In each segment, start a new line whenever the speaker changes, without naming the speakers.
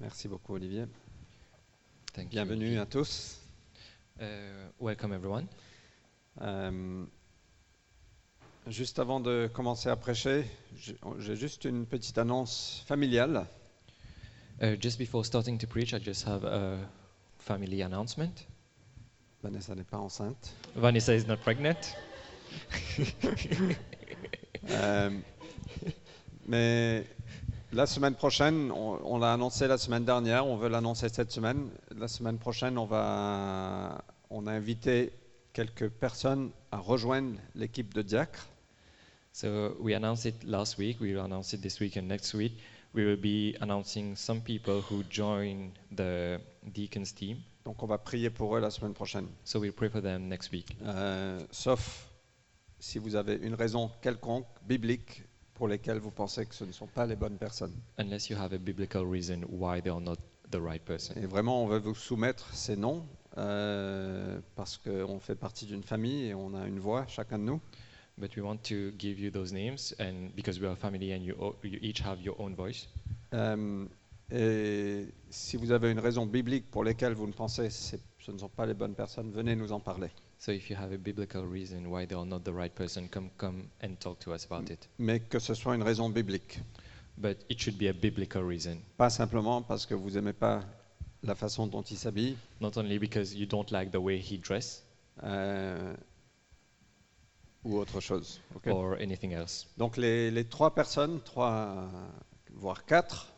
Merci beaucoup, Olivier.
Thank you,
Bienvenue
Olivier.
à tous.
Uh, welcome everyone.
Euh, juste avant de commencer à prêcher, j'ai oh, j'ai juste une petite annonce familiale.
Uh, just before starting to preach, I just have a family announcement.
Vanessa n'est pas enceinte.
Vanessa is not pregnant.
Euh, mais la semaine prochaine, on, on l'a annoncé la semaine dernière, on veut l'annoncer cette semaine. La semaine prochaine, on, va, on a invité quelques personnes à rejoindre l'équipe de diacres.
So we announced it last week. We will announce it this week and next week. We will be announcing some people who join the deacons team.
Donc on va prier pour eux la semaine prochaine.
So we'll pray for them next week.
Euh, sauf si vous avez une raison quelconque, biblique, pour lesquelles vous pensez que ce ne sont pas les bonnes personnes.
Unless you have a biblical reason why they are not the right person.
Et vraiment, on veut vous soumettre ces noms, euh, parce qu'on fait partie d'une famille et on a une voix, chacun de nous.
But we want to give you those names, and because we are family, and you, o- you each have your own voice.
Euh, et si vous avez une raison biblique pour laquelle vous ne pensez que c'est- ce ne sont pas les bonnes personnes, venez nous en parler.
So if you have a biblical reason why they are not the right person, come come and talk to us about it.
Mais que ce soit une raison biblique.
But it should be a biblical reason,
Pas simplement parce que vous n'aimez pas la façon dont ils s'habillent,
not only because you don't like the way he dressed
euh, ou autre chose. ok
or anything else.
Donc les, les trois personnes, trois voire quatre,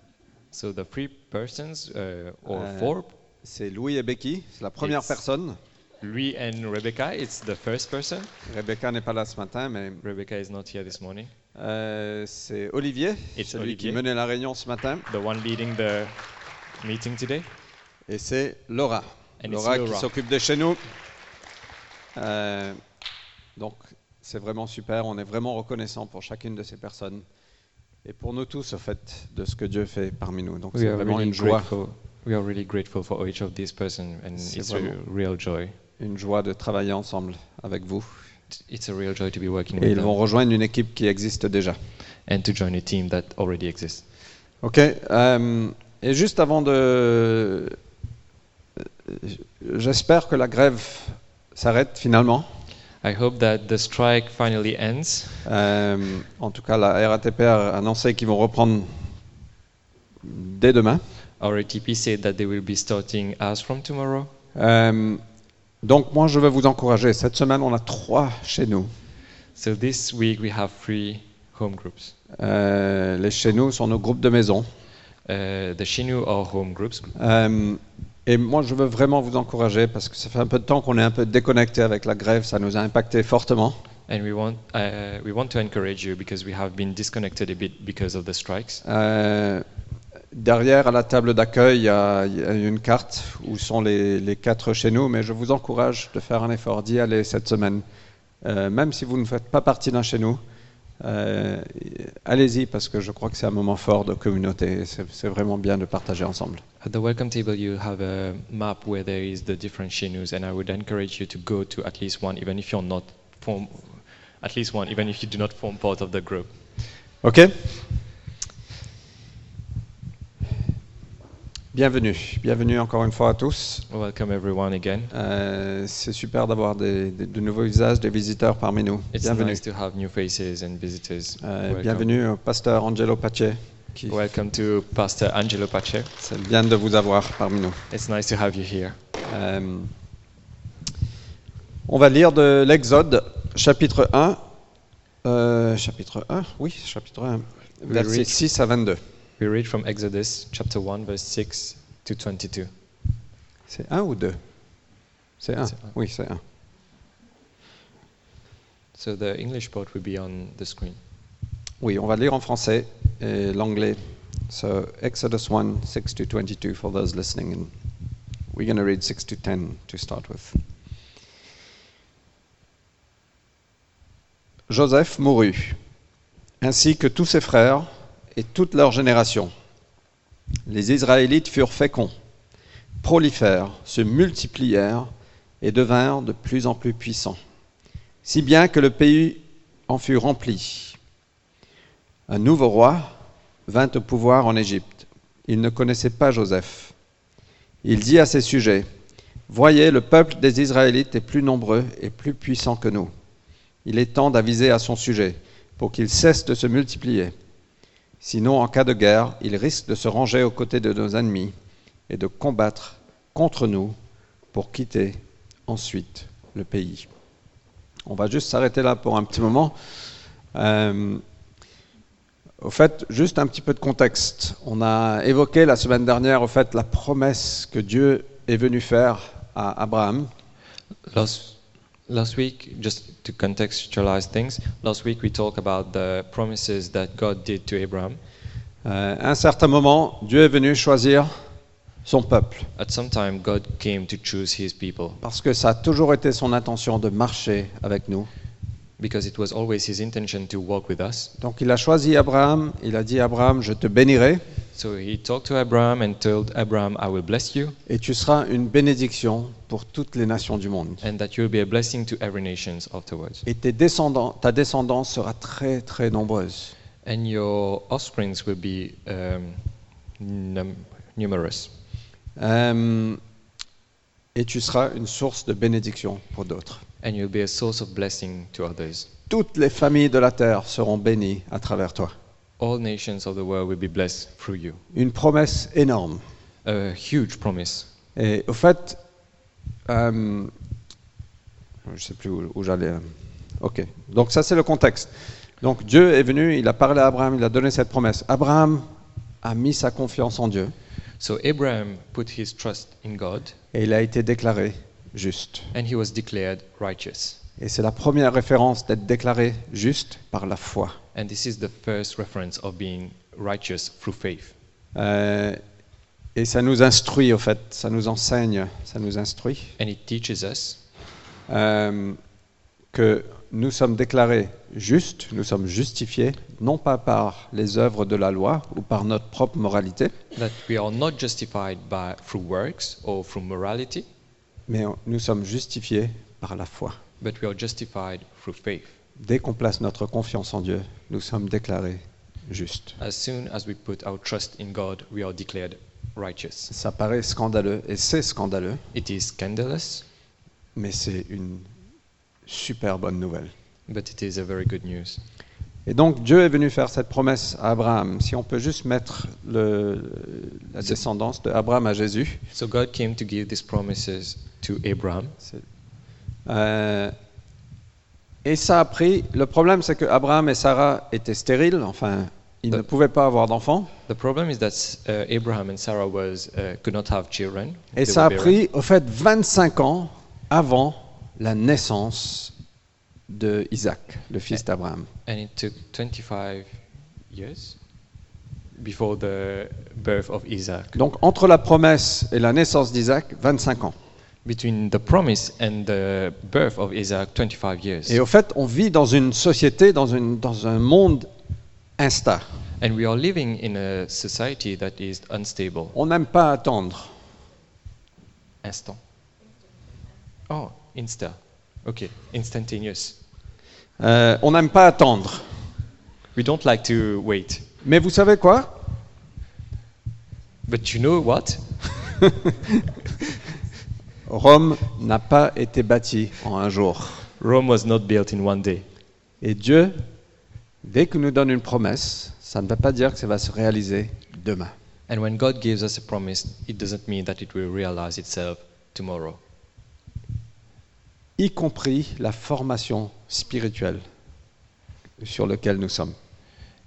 So the three persons uh, or
Uh,
four,
c'est Louis et Becky, c'est la première
Yes.
personne.
Louis and Rebecca. It's the first person.
Rebecca n'est pas là ce matin, mais
Rebecca is not here this morning.
euh, c'est Olivier,
It's
celui qui
Olivier.
menait la réunion ce matin,
The one leading the meeting today.
et c'est Laura.
And it's
Laura qui
Laura.
s'occupe de chez nous. Euh, donc c'est vraiment super, on est vraiment reconnaissant pour chacune de ces personnes et pour nous tous au fait de ce que Dieu fait parmi nous. Donc c'est vraiment une joie,
We are really grateful for each of these persons, and
C'est
it's a
vraiment-
real joy.
une joie de travailler ensemble avec vous.
It's a real joy to be working
Et
with
ils vont
them
rejoindre une équipe qui existe déjà.
and to join a team that already exists.
Ok. euh, et juste avant de. euh, J'espère que la grève s'arrête finalement.
I hope that the strike finally ends.
Euh, en tout cas, la RATP a annoncé qu'ils vont reprendre dès demain.
Our ATP said that they will be starting as from tomorrow.
Euh, donc, moi, je veux vous encourager. Cette semaine, on a trois chez nous.
So this week we have three home groups.
Euh, les chez nous sont nos groupes de maison.
Uh, the Shinu are home groups,
Euh, et moi, je veux vraiment vous encourager parce que ça fait un peu de temps qu'on est un peu déconnecté avec la grève. Ça nous a impacté fortement.
and we want uh, we want to encourage you because we have been disconnected a bit because of the strikes.
Euh, derrière, à la table d'accueil, il y, a il y a une carte où sont les, les quatre chez nous, mais je vous encourage de faire un effort d'y aller cette semaine. Euh, même si vous ne faites pas partie d'un chez nous, euh, allez-y parce que je crois que c'est un moment fort de communauté. et C'est c'est vraiment bien de partager ensemble.
At the welcome table, you have a map where there is the different Shinus, and I would encourage you to go to at least one, even if you're not form, at least one, even if you do not form part of the group.
Ok Bienvenue, bienvenue encore une fois à tous.
Welcome everyone again.
Euh, c'est super d'avoir des- des- de nouveaux visages, des visiteurs parmi nous.
It's
bienvenue.
nice to have new faces and visitors.
Euh,
Welcome.
bienvenue au pasteur Angelo Pace. qui-
Welcome to Pastor Angelo Pache.
C'est bien de vous avoir parmi nous.
It's nice to have you here.
Euh, on va lire de l'Exode, chapitre 1. euh, chapitre 1, oui, chapitre 1,
Oui,
versets
oui.
6 à 22.
We read from Exodus chapter 1, verse 6 to 22.
C'est 1 ou 2 C'est 1.
C'est un.
Oui, c'est 1.
So the English part will be on the screen.
Oui, on va lire en français et l'anglais. So, Exodus 1, 6 to 22 for those listening. And we're going to read 6 to 10 to start with. Joseph mourut, ainsi que tous ses frères et toute leur génération. Les Israélites furent féconds, prolifèrent, se multiplièrent et devinrent de plus en plus puissants, si bien que le pays en fut rempli. Un nouveau roi vint au pouvoir en Égypte, Ils ne connaissaient pas Joseph. Il dit à ses sujets, Voyez, le peuple des Israélites est plus nombreux et plus puissant que nous. Il est temps d'aviser à son sujet pour qu'il cesse de se multiplier. Sinon, en cas de guerre, il risque de se ranger aux côtés de nos ennemis et de combattre contre nous pour quitter ensuite le pays. On va juste s'arrêter là pour un petit moment. Euh, au fait, juste un petit peu de contexte. On a évoqué la semaine dernière, au fait, la promesse que Dieu est venu faire à Abraham.
Last, last week, just to contextualize things, last week we talked about the promises that God did to Abraham.
Euh, à un certain moment, Dieu est venu choisir son peuple,
At some time, God came to choose his people
parce que ça a toujours été son intention de marcher avec nous.
because it was always his intention to walk with us.
Donc il a choisi Abraham, il a dit Abraham, je te bénirai
So he talked to Abraham and told Abraham, I will bless you
et tu seras une bénédiction pour toutes les nations du monde.
and that you will be a blessing to every nation afterwards.
Et tes descendants, ta descendance sera très très nombreuse.
And your offsprings will be um, num- numerous.
Euh, et tu seras une source de bénédiction pour d'autres.
and you'll be a source of blessing to others.
Toutes les familles de la terre seront bénies à travers toi.
All nations of the world will be blessed through you.
Une promesse énorme.
A huge promise.
Et au fait, euh, je ne sais plus où, où j'allais. euh, Ok, donc ça c'est le contexte. Donc Dieu est venu, il a parlé à Abraham, il a donné cette promesse. Abraham a mis sa confiance en Dieu
So Abraham put his trust in God
et il a été déclaré juste.
and he was declared righteous.
Et c'est la première référence d'être déclaré juste par la foi.
And this is the first reference of being righteous through faith.
Euh, et ça nous instruit au fait, ça nous enseigne, ça nous instruit
And it teaches us
euh, que nous sommes déclarés justes, nous sommes justifiés, non pas par les œuvres de la loi ou par notre propre moralité,
that we are not justified by through works or through morality,
mais on- nous sommes justifiés par la foi.
but we are justified through faith.
Dès qu'on place notre confiance en Dieu, nous sommes déclarés justes.
As soon as we put our trust in God, we are declared righteous.
Ça paraît scandaleux, et c'est scandaleux,
It is scandalous,
mais c'est une super bonne nouvelle.
but it is a very good news.
Et donc Dieu est venu faire cette promesse à Abraham. Si on peut juste mettre le- la descendance de Abraham à Jésus,
So God came to give these promises to Abraham,
C'est- Euh, et ça a pris. Le problème, c'est que Abraham et Sarah étaient stériles. Enfin, ils ne
Euh.
pouvaient pas avoir d'enfants.
The problem is that uh, Abraham and Sarah was uh, could not have children.
Et
They
ça a
were barren.
pris, au fait, 25 ans avant la naissance de Isaac, le fils d'Abraham.
and it took 25 years before the birth of Isaac.
Donc, entre la promesse et la naissance d'Isaac, 25 ans.
Between the promise and the birth of Isaac, 25 years.
Et au fait, on vit dans une société, dans, une- dans un monde insta.
And we are living in a society that is unstable.
On n'aime pas attendre.
Instant. Oh, insta. Okay, instantaneous.
Euh, on n'aime pas attendre.
We don't like to wait.
Mais vous savez quoi
But you know what?
Rome n'a pas été bâtie en un jour.
Rome was not built in one day.
Et Dieu, dès qu'il nous donne une promesse, ça ne veut pas dire que ça va se réaliser demain.
And when God gives us a promise, it doesn't mean that it will realize itself tomorrow,
Y compris la formation spirituelle sur laquelle nous sommes.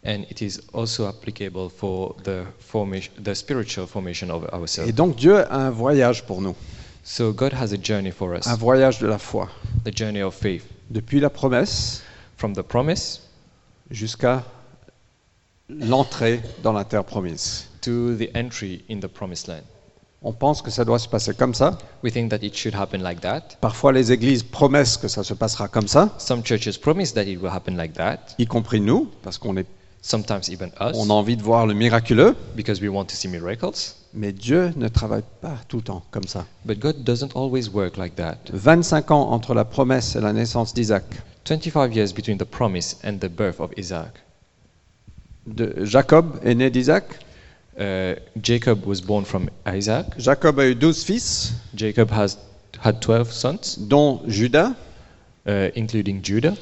and it is also applicable for the formation, the spiritual formation of
Et
ourselves.
donc Dieu a un voyage pour nous,
So God has a journey for us,
un voyage de la foi,
the journey of faith,
depuis la promesse
from the promise
jusqu'à l'entrée dans la terre promise.
to the entry in the promised land.
On pense que ça doit se passer comme ça.
We think that it should happen like that.
Parfois les églises promettent que ça se passera comme ça,
Some churches promise that it will happen like that.
y compris nous, parce qu'on est
Sometimes even us,
On a envie de voir le miraculeux,
because we want to see miracles.
mais Dieu ne travaille pas tout le temps comme ça.
But God doesn't always work like that.
25 ans entre la promesse et la naissance d'Isaac,
25 years between the promise and the birth of Isaac.
de Jacob est né d'Isaac,
Uh, Jacob was born from Isaac.
Jacob a eu douze fils,
Jacob has had 12 sons,
dont Judas.
uh, including Judah.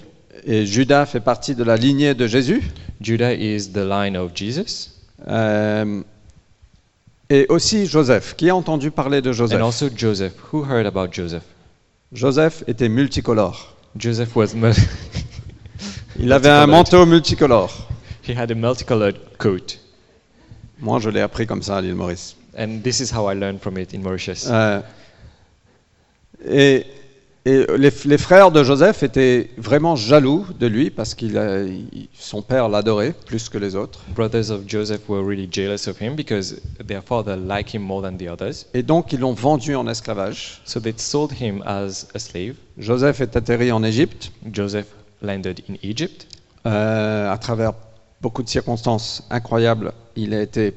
Et Judas fait partie de la lignée de Jésus.
Judah is the line of Jesus.
Euh, et aussi Joseph. Qui a entendu parler de Joseph
And also Joseph. Who heard about Joseph?
Joseph était multicolore.
Joseph was mul-
Il avait un
Multicolored.
manteau multicolore.
he had a multicolored coat,
Moi, je l'ai appris comme ça à l'île Maurice.
and this is how I learned from it in Mauritius.
Euh, et et les, les frères de Joseph étaient vraiment jaloux de lui parce que son père l'adorait plus que les autres.
Brothers of Joseph were really jealous of him because their father liked him more than the others,
Et donc, ils l'ont vendu en esclavage.
so they sold him as a slave.
Joseph est atterri en Égypte
Joseph landed in Egypt.
euh, à travers beaucoup de circonstances incroyables. Il a été,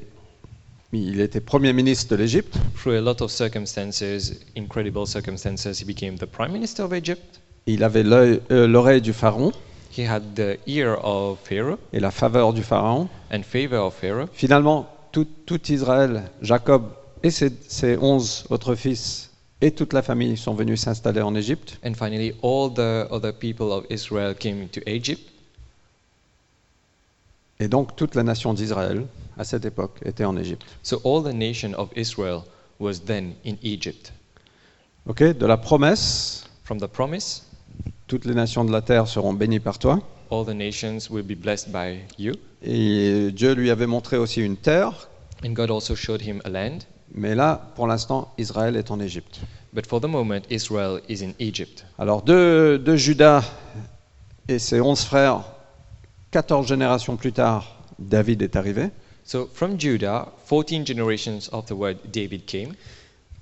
il était premier ministre de l'Égypte.
Through a lot of circumstances, incredible circumstances, he became the prime minister of Egypt.
Il avait l'œil- euh, l'oreille du pharaon
He had the ear of Pharaoh
et la faveur du pharaon.
and favor of Pharaoh.
Finalement, tout, tout Israël, Jacob et ses, ses onze autres fils et toute la famille sont venus s'installer en Égypte.
And finally, all the other people of Israel came to Egypt.
Et donc, toute la nation d'Israël, à cette époque, était en Égypte.
So all the nation of Israel was then in Egypt.
Ok, de la promesse,
From the promise,
toutes les nations de la terre seront bénies par toi.
all the nations will be blessed by you.
Et Dieu lui avait montré aussi une terre,
And God also showed him a land.
mais là, pour l'instant, Israël est en Égypte.
But for the moment, Israel is in Egypt.
Alors, de, de Judas et ses onze frères, 14 générations plus tard, David est arrivé.
So from Judah, 14 generations afterward, David came.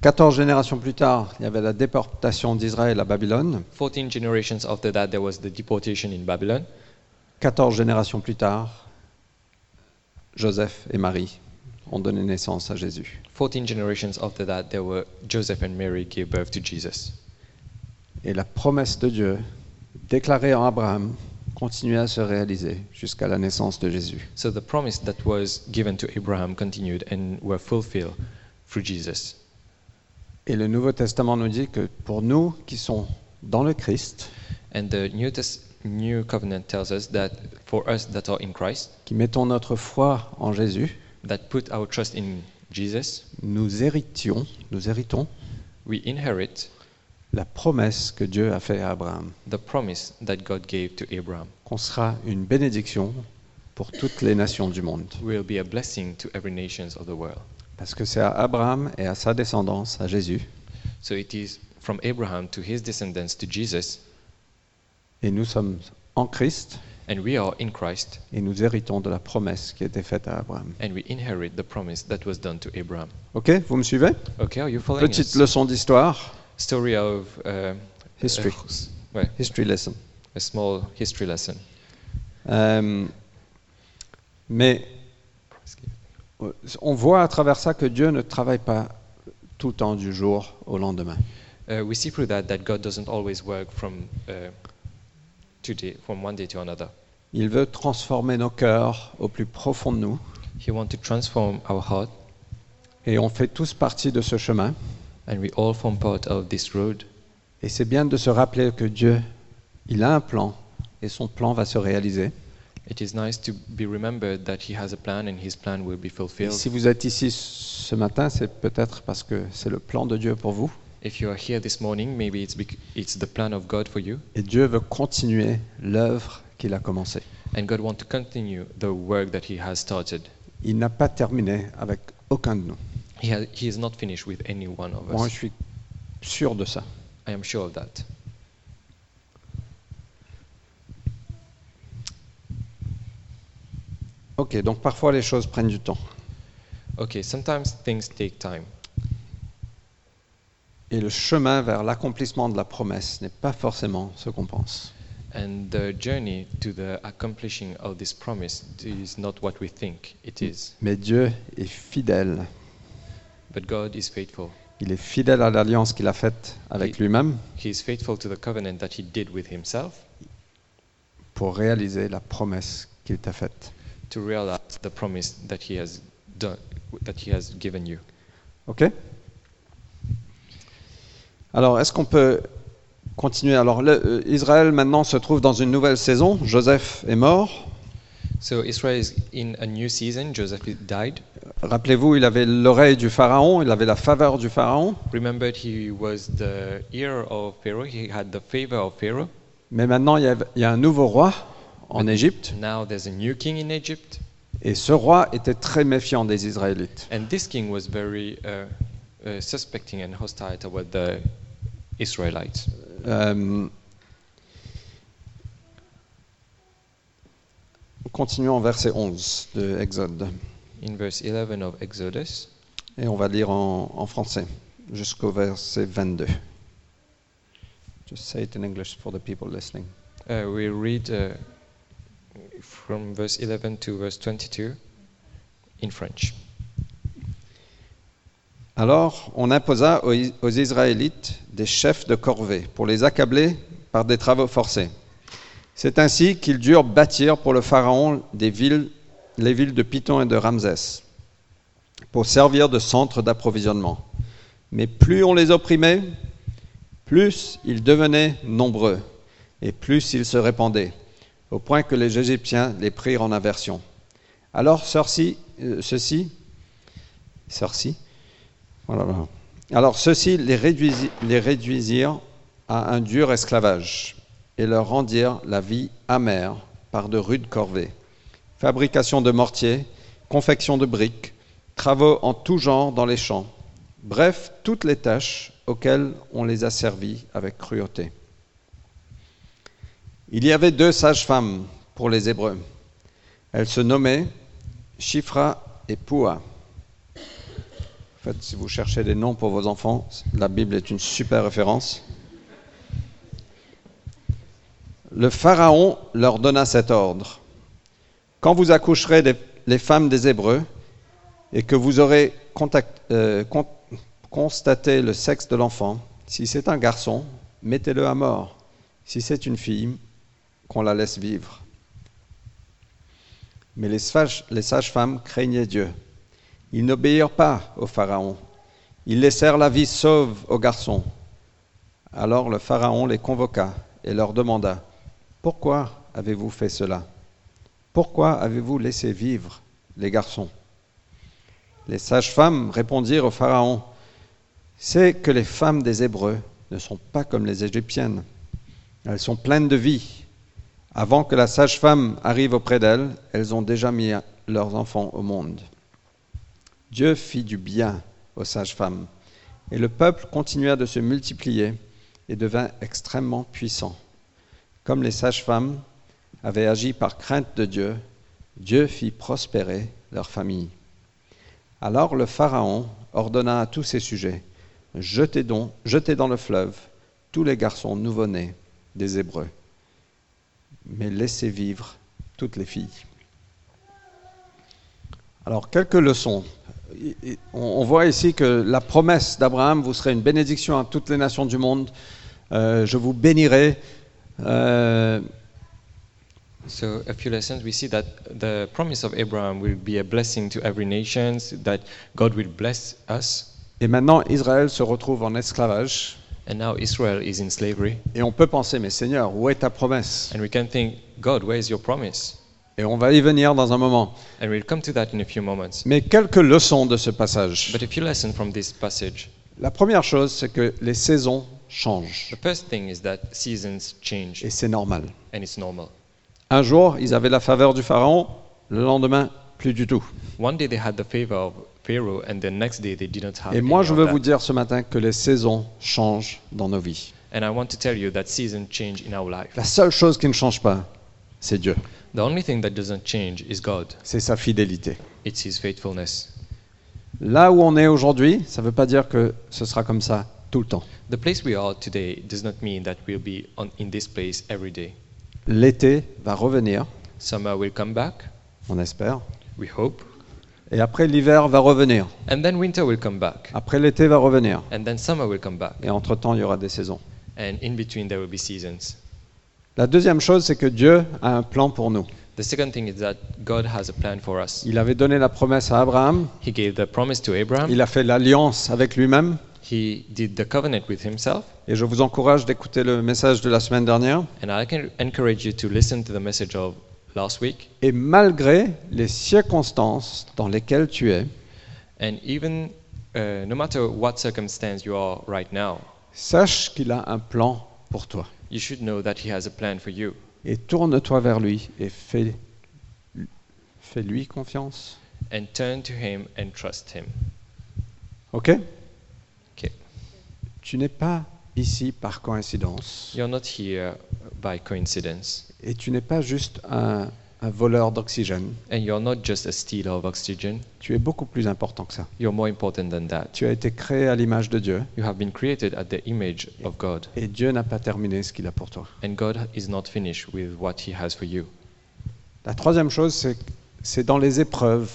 14 générations plus tard, il y avait la déportation d'Israël à Babylone.
14 generations after that, there was the deportation in Babylon.
14 générations plus tard, Joseph et Marie ont donné naissance à Jésus.
14 generations after that, there were Joseph and Mary gave birth to Jesus.
Et la promesse de Dieu, déclarée en Abraham, continuait à se réaliser jusqu'à la naissance de Jésus.
So the promise that was given to Abraham continued and were fulfilled through Jesus.
Et le Nouveau Testament nous dit que pour nous qui sont dans le Christ,
And the New, Tes- New Covenant tells us that for us that are in Christ,
qui mettons notre foi en Jésus,
that put our trust in Jesus,
nous héritions, nous héritons
we inherit
la promesse que Dieu a faite à Abraham.
the promise that God gave to Abraham.
qu'on sera une bénédiction pour toutes les nations du monde.
We will be a blessing to every nations of the world.
Parce que c'est à Abraham et à sa descendance, à Jésus,
So it is from Abraham to his descendants to Jesus,
et nous sommes en Christ,
and we are in Christ,
et nous héritons de la promesse qui était faite à Abraham.
and we inherit the promise that was done to Abraham.
Ok, vous me suivez
Okay, are you following
Petite
us?
leçon d'histoire,
Story of uh,
History.
uh, well,
history lesson.
a small history lesson.
Euh, mais euh, on voit à travers ça que Dieu ne travaille pas tout le temps du jour au lendemain.
Uh, we see through that that God doesn't always work from uh, today, from one day to another.
Il veut transformer nos cœurs au plus profond de nous,
He wants to transform our heart,
et on fait tous partie de ce chemin.
and we all form part of this road.
Et c'est bien de se rappeler que Dieu, il a un plan et son plan va se réaliser.
It is nice to be remembered that He has a plan, and His plan will be
Et
fulfilled.
si vous êtes ici ce matin, c'est peut-être parce que c'est le plan de Dieu pour vous.
If you are here this morning, maybe it's bec- it's the plan of God for you,
Et Dieu veut continuer l'œuvre qu'il a commencée.
and God wants to continue the work that He has started.
Il n'a pas terminé avec aucun de nous.
He, has, he is not finished with any one of us.
Moi, je suis sûr de ça.
I am sure of that.
Ok, donc parfois les choses prennent du temps.
Okay, sometimes things take time,
Et le chemin vers l'accomplissement de la promesse n'est pas forcément ce qu'on pense.
and the journey to the accomplishing of this promise is not what we think it is.
Mais Dieu est fidèle.
But God is faithful.
Il est fidèle à l'alliance qu'il a faite avec lui-même.
He is faithful to the covenant that He did with Himself
pour réaliser la promesse qu'il t'a faite.
to realize the promise that He has done, that He has given you.
OK Alors, est-ce qu'on peut continuer Alors, le- euh, Israël maintenant se trouve dans une nouvelle saison. Joseph est mort.
So Israel is in a new season. Joseph died.
Rappelez-vous, il avait l'oreille du Pharaon, il avait la faveur du Pharaon.
Remembered, he was the ear of Pharaoh. He had the favor of Pharaoh.
Mais maintenant, il y a, il y a un nouveau roi en Égypte.
Now there's a new king in Egypt,
Et ce roi était très méfiant des Israélites.
and this king was very uh, uh, suspecting and hostile toward the Israelites.
Euh, continuons en verset 11 de Exode.
In verse 11 of Exodus,
Et on va lire en, en français jusqu'au verset 22. Just say it in English for the people listening.
uh, we read uh, from verse 11 to verse 22 in French.
Alors on imposa aux Is- aux Israélites des chefs de corvée pour les accabler par des travaux forcés. C'est ainsi qu'ils durent bâtir pour le Pharaon des villes, les villes de Python et de Ramsès, pour servir de centre d'approvisionnement. Mais plus on les opprimait, plus ils devenaient nombreux, et plus ils se répandaient, au point que les Égyptiens les prirent en aversion. Alors ceux-ci, euh, ceux-ci, ceux-ci, Oh là là. Alors ceux-ci les, réduisi- les réduisirent à un dur esclavage et leur rendirent la vie amère par de rudes corvées. Fabrication de mortiers, confection de briques, travaux en tout genre dans les champs, bref, toutes les tâches auxquelles on les asservit avec cruauté. Il y avait deux sages-femmes pour les Hébreux. Elles se nommaient Shifra et Poua. En fait, si vous cherchez des noms pour vos enfants, la Bible est une super référence. Le Pharaon leur donna cet ordre. Quand vous accoucherez des- les femmes des Hébreux et que vous aurez contact- euh, con- constaté le sexe de l'enfant, si c'est un garçon, mettez-le à mort. Si c'est une fille, qu'on la laisse vivre. Mais les sages- les sages-femmes craignaient Dieu. Ils n'obéirent pas au Pharaon. Ils laissèrent la vie sauve aux garçons. Alors le Pharaon les convoqua et leur demanda, Pourquoi avez-vous fait cela Pourquoi avez-vous laissé vivre les garçons Les sages-femmes répondirent au Pharaon, C'est que les femmes des Hébreux ne sont pas comme les Égyptiennes. Elles sont pleines de vie. Avant que la sage-femme arrive auprès d'elles, elles ont déjà mis leurs enfants au monde. Dieu fit du bien aux sages-femmes, et le peuple continua de se multiplier et devint extrêmement puissant. Comme les sages-femmes avaient agi par crainte de Dieu, Dieu fit prospérer leur famille. Alors le Pharaon ordonna à tous ses sujets, jetez, donc, jetez dans le fleuve tous les garçons nouveau-nés des Hébreux, mais laissez vivre toutes les filles. Alors, quelques leçons. I- i- On on voit ici que la promesse d'Abraham, vous serez une bénédiction à toutes les nations du monde, euh, je vous bénirai. Euh,
So a few lessons we see that the promise of Abraham will be a blessing to every nation, that God will bless us.
et maintenant, Israël se retrouve en esclavage.
And now Israel is in slavery.
Et on peut penser, mais Seigneur, où est ta promesse
And we can think, God, where is your promise?
Et on va y venir dans un moment.
And we'll come to that in a few moments.
Mais quelques leçons de ce passage.
But a few lessons from this passage.
La première chose, c'est que les saisons changent.
The first thing is that seasons change,
Et c'est normal.
and it's normal.
Un jour, ils avaient la faveur du Pharaon, le lendemain, plus du tout.
One day they had the favor of Pharaoh, and the next day they didn't have
Et
any
moi, je
of
veux
that.
vous dire ce matin que les saisons changent dans nos vies.
And I want to tell you that seasons change in our life.
La seule chose qui ne change pas, c'est Dieu,
The only thing that doesn't change is God.
c'est sa fidélité.
It's His faithfulness.
Là où on est aujourd'hui, ça ne veut pas dire que ce sera comme ça tout le temps.
The place we are today does not mean that we'll be on, in this place every day.
L'été va revenir,
Summer will come back,
on espère,
we hope,
et après l'hiver va revenir,
and then winter will come back,
après l'été va revenir,
and then summer will come back,
et entre-temps, il y aura des saisons.
and in between there will be seasons.
La deuxième chose, c'est que Dieu a un plan pour nous.
The second thing is that God has a plan for us.
Il avait donné la promesse à Abraham,
He gave the promise to Abraham,
il a fait l'alliance avec lui-même,
he did the covenant with himself,
et je vous encourage d'écouter le message de la semaine dernière.
and I can encourage you to listen to the message of last week.
Et malgré les circonstances dans lesquelles tu es,
And even uh, no matter what circumstance you are right now,
sache qu'il a un plan pour toi.
you should know that He has a plan for you.
Et tourne-toi vers lui et fais- fais-lui confiance.
And turn to Him and trust Him.
Ok
Ok.
Tu n'es pas ici par coïncidence.
You're not here by coincidence,
Et tu n'es pas juste un, un voleur d'oxygène.
and you're not just a stealer of oxygen.
Tu es beaucoup plus important que ça.
You're more important than that.
Tu as été créé à l'image de Dieu.
You have been created at the image of God,
Et Dieu n'a pas terminé ce qu'il a pour toi.
and God is not finished with what He has for you.
La troisième chose, c'est c'est dans les épreuves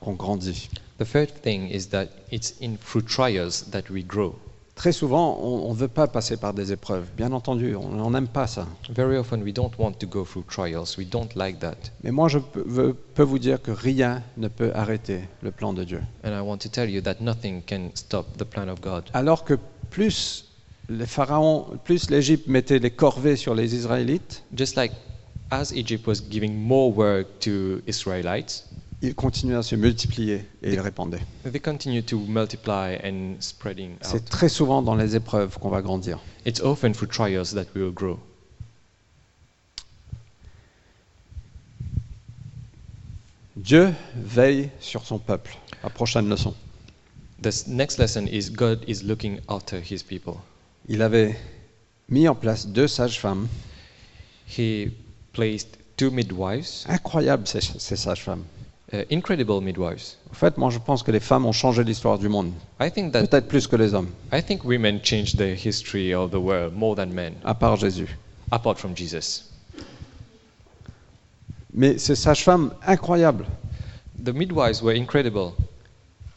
qu'on grandit.
The third thing is that it's in through trials that we grow.
Très souvent, on ne veut pas passer par des épreuves. Bien entendu, on n'aime pas ça.
Very often we don't want to go through trials. We don't like that.
Mais moi, je peux- veux- peux vous dire que rien ne peut arrêter le plan de Dieu.
And I want to tell you that nothing can stop the plan of God.
Alors que plus les pharaons, plus l'Égypte mettait les corvées sur les Israélites,
Just like as Egypt was giving more work to Israelites,
ils continuaient à se multiplier et ils répandaient.
they continued to multiply and spreading out.
C'est très souvent dans les épreuves qu'on va grandir.
It's often through trials that we will grow.
Dieu veille sur son peuple. La prochaine leçon.
The s- next lesson is God is looking after his people.
Il avait mis en place deux sages-femmes.
He placed two midwives,
Incroyables ces, ces sages-femmes.
uh, incredible midwives.
En fait, moi, je pense que les femmes ont changé l'histoire du monde,
I think that
peut-être plus que les hommes,
I think women changed the history of the world more than men,
à part Jésus.
apart from Jesus.
Mais ces sages-femmes incroyables.
The midwives were incredible.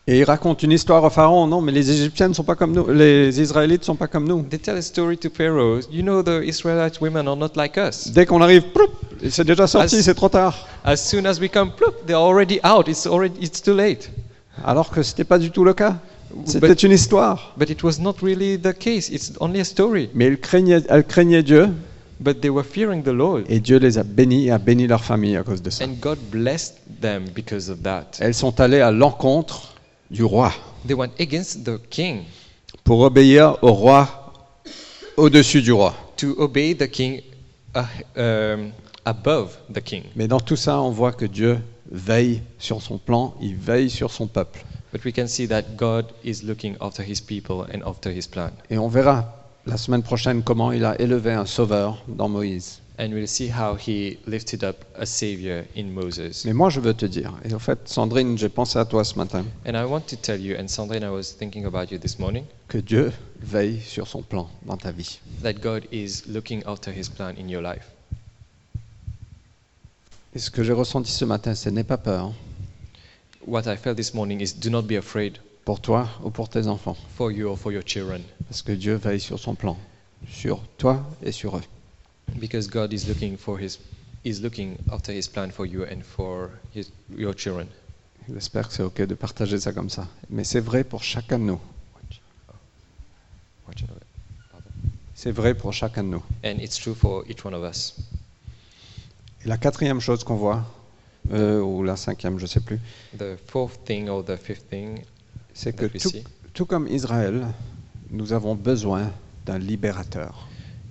Et ils racontent une histoire au pharaon. Non, mais les Égyptiennes sont pas comme nous. Les Israélites sont pas comme nous.
They tell a story to Pharaoh. You know, the Israelite women are not like us.
Dès qu'on arrive, ploup, c'est déjà sorti,
Ah,
c'est trop tard.
As soon as we come, ploop, they're already out. It's already it's too late.
Alors que c'était pas du tout le cas. C'était
But-
une histoire.
But it was not really the case. It's only a story.
Mais elles craignaient, elles craignaient Dieu
But they were fearing the Lord,
et Dieu les a bénis et a béni leur famille à cause de ça.
and God blessed them because of that.
Elles sont allées à l'encontre du roi
They went against the king
pour obéir au roi au-dessus du roi.
to obey the king uh, um, above the king.
Mais dans tout ça, on voit que Dieu veille sur son plan, il veille sur son peuple.
But we can see that God is looking after His people and after His plan.
Et on verra la semaine prochaine comment il a élevé un sauveur dans Moïse.
And we'll see how He lifted up a savior in Moses.
Mais moi, je veux te dire, et en fait, Sandrine, j'ai pensé à toi ce matin,
And I want to tell you, and Sandrine, I was thinking about you this morning,
que Dieu veille sur son plan dans ta vie.
that God is looking after His plan in your life.
Et ce que j'ai ressenti ce matin, c'est n'aie pas peur
What I felt this morning is do not be afraid
pour toi ou pour tes enfants,
for you or for your children,
parce que Dieu veille sur son plan, sur toi et sur eux.
because God is looking for His is looking after His plan for you and for his, your children.
J'espère que c'est OK de partager ça comme ça. Mais c'est vrai pour chacun de nous.
Watch over it.
C'est vrai pour chacun de nous.
And it's true for each one of us.
Et la quatrième chose qu'on voit, euh, ou la cinquième, je ne sais plus,
The fourth thing or the fifth thing
c'est que
that we
tout,
see.
tout comme Israël, nous avons besoin d'un libérateur.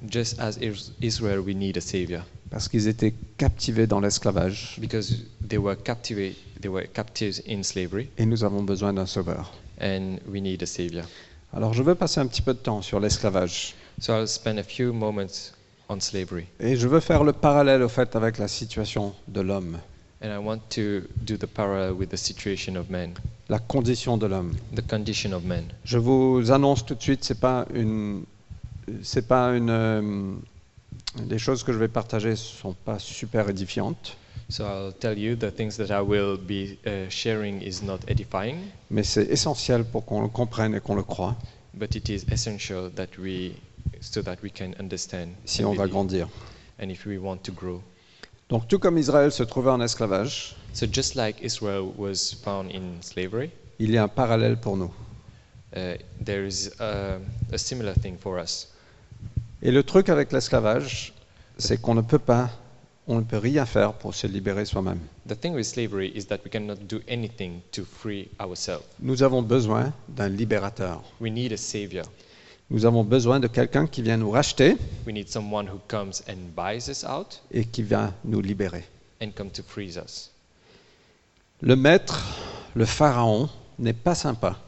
Just as Is- Israel, we need a savior
Parce qu'ils étaient captivés dans l'esclavage
because they were captive, they were captives in slavery,
et nous avons besoin d'un sauveur.
and we need a savior.
Alors je veux passer un petit peu de temps sur l'esclavage.
So I'll spend a few moments on slavery,
Et je veux faire le parallèle au fait avec la situation de l'homme,
and I want to do the parallel with the situation of men,
la condition de l'homme.
the condition of men.
Je vous annonce tout de suite, c'est pas une, c'est pas une, euh, les choses que je vais partager sont pas super édifiantes,
So I'll tell you the things that I will be uh, sharing is not edifying,
mais c'est essentiel pour qu'on le comprenne et qu'on le croie
but it is essential that we so that we can understand
si
and
on va
believe,
grandir.
and if we want to grow.
Donc tout comme Israël se trouvait en esclavage,
So just like Israel was found in slavery,
il y a un parallèle pour nous.
uh, there is uh, a similar thing for us.
Et le truc avec l'esclavage, c'est qu'on ne peut pas, on ne peut rien faire pour se libérer soi-même.
The thing with slavery is that we cannot do anything to free ourselves.
Nous avons besoin d'un libérateur.
We need a savior.
Nous avons besoin de quelqu'un qui vient nous racheter
We need someone who comes and buys us out
et qui vient nous libérer.
and come to freeze us.
Le maître, le pharaon, n'est pas sympa.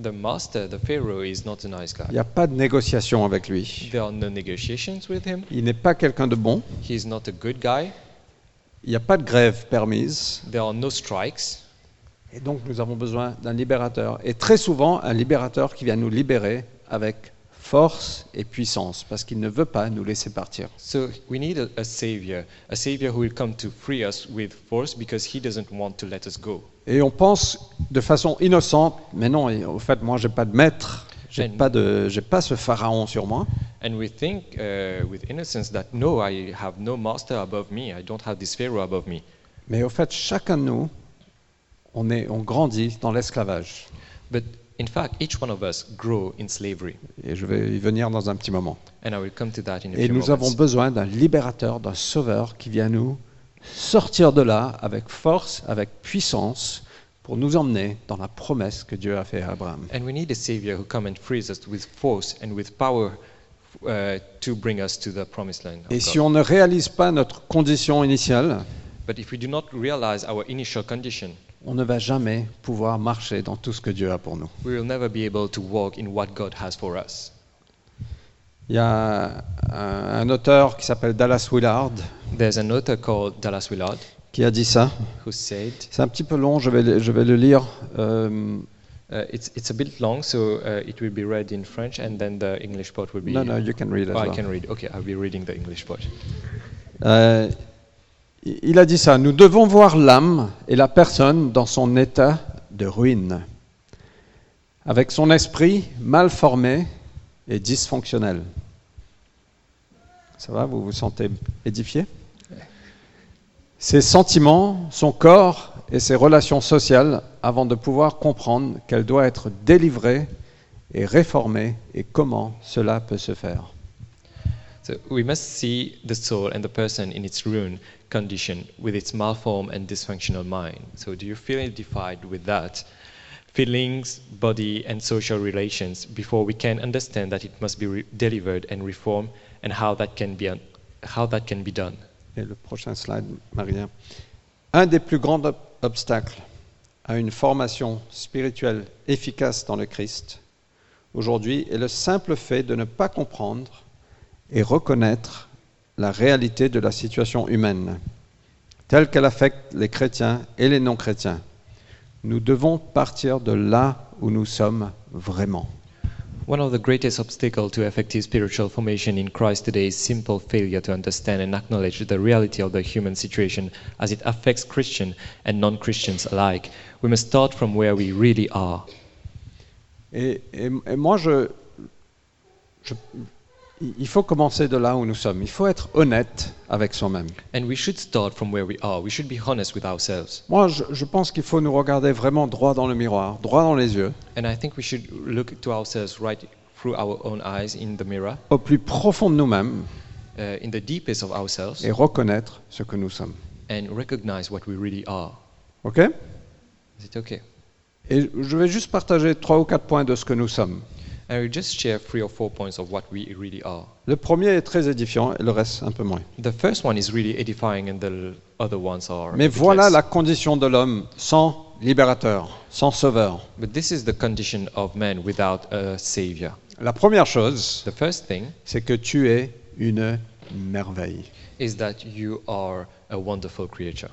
The master, the pharaoh, is not a nice
Il
guy.
n'y a pas de négociation avec lui.
There are no negotiations with him.
Il n'est pas quelqu'un de bon.
He is not a good guy.
Il n'y a pas de grève permise.
There are no strikes.
Et donc nous avons besoin d'un libérateur. Et très souvent, un libérateur qui vient nous libérer avec force et puissance, parce qu'il ne veut pas nous laisser partir.
So we need a, a savior, a savior who will come to free us with force because he doesn't want to let us go.
Et on pense de façon innocente, mais non, et au fait, moi, j'ai pas de maître, j'ai
Ben-
pas de, j'ai pas ce pharaon sur moi.
And we think uh, with innocence that no, I have no master above me. I don't have this pharaoh above me.
Mais au fait, chacun de nous, on est, on grandit dans l'esclavage.
But in fact, each one of us grow in slavery,
Et je vais y venir dans un petit moment.
and I will come to that in a
Et
few
nous avons
moments.
besoin d'un libérateur, d'un sauveur qui vient nous sortir de là avec force, avec puissance, pour nous emmener dans la promesse que Dieu a faite à Abraham.
And we need a savior who comes and frees us with force and with power uh, to bring us to the promised land. of
Et
God.
si on ne réalise pas notre condition initiale,
But if we do not realize our initial condition,
on ne va jamais pouvoir marcher dans tout ce que Dieu a pour nous.
we will never be able to walk in what God has for us.
Il y a un, un auteur qui s'appelle Dallas Willard
There's an author called Dallas Willard
qui a dit ça.
who said,
C'est un petit peu long, je vais, le- je vais le lire. Euh,
uh, it's, it's a bit long, so uh, it will be read in French, and then the English part will be.
no, no, you can read as
Oh, I
well.
can read. Okay, I'll be reading the English part.
Euh, il a dit ça, nous devons voir l'âme et la personne dans son état de ruine, avec son esprit mal formé et dysfonctionnel. Ça va, vous vous sentez édifié Ses sentiments, son corps et ses relations sociales avant de pouvoir comprendre qu'elle doit être délivrée et réformée et comment cela peut se faire.
So we must see the soul and the person in its ruined condition with its malformed and dysfunctional mind. So do you feel identified with that? Feelings, body, and social relations before we can understand that it must be re- delivered and reformed, and how that can be un- how that can be done.
Et le prochain slide, Maria. Un des plus grands ob- obstacles à une formation spirituelle efficace dans le Christ aujourd'hui est le simple fait de ne pas comprendre et reconnaître la réalité de la situation humaine, telle qu'elle affecte les chrétiens et les non-chrétiens. Nous devons partir de là où nous sommes vraiment.
One of the greatest obstacles to effective spiritual formation in Christ today is simple failure to understand and acknowledge the reality of the human situation as it affects Christian and non-Christians alike. We must start from where we really are.
Et, et- et moi, je, je- il faut commencer de là où nous sommes. Il faut être honnête avec soi-même.
And we should start from where we are. We should be honest with ourselves.
Moi, je, je pense qu'il faut nous regarder vraiment droit dans le miroir, droit dans les yeux,
And I think we should look to ourselves right through our own eyes in the mirror,
au plus profond de nous-mêmes,
uh, in the deepest of ourselves,
et reconnaître ce que nous sommes.
and recognize what we really are.
Ok
Is it okay?
Et je vais juste partager trois ou quatre points de ce que nous sommes.
And we just share three or four points of what we really are.
Le premier est très édifiant, et le reste un peu moins.
The first one is really edifying, and the l- other ones are. a
Mais
bit
voilà
less.
la condition de l'homme sans libérateur, sans sauveur.
But this is the condition of man without a savior.
La première chose,
The first thing
c'est que tu es une merveille.
is that you are a wonderful creature.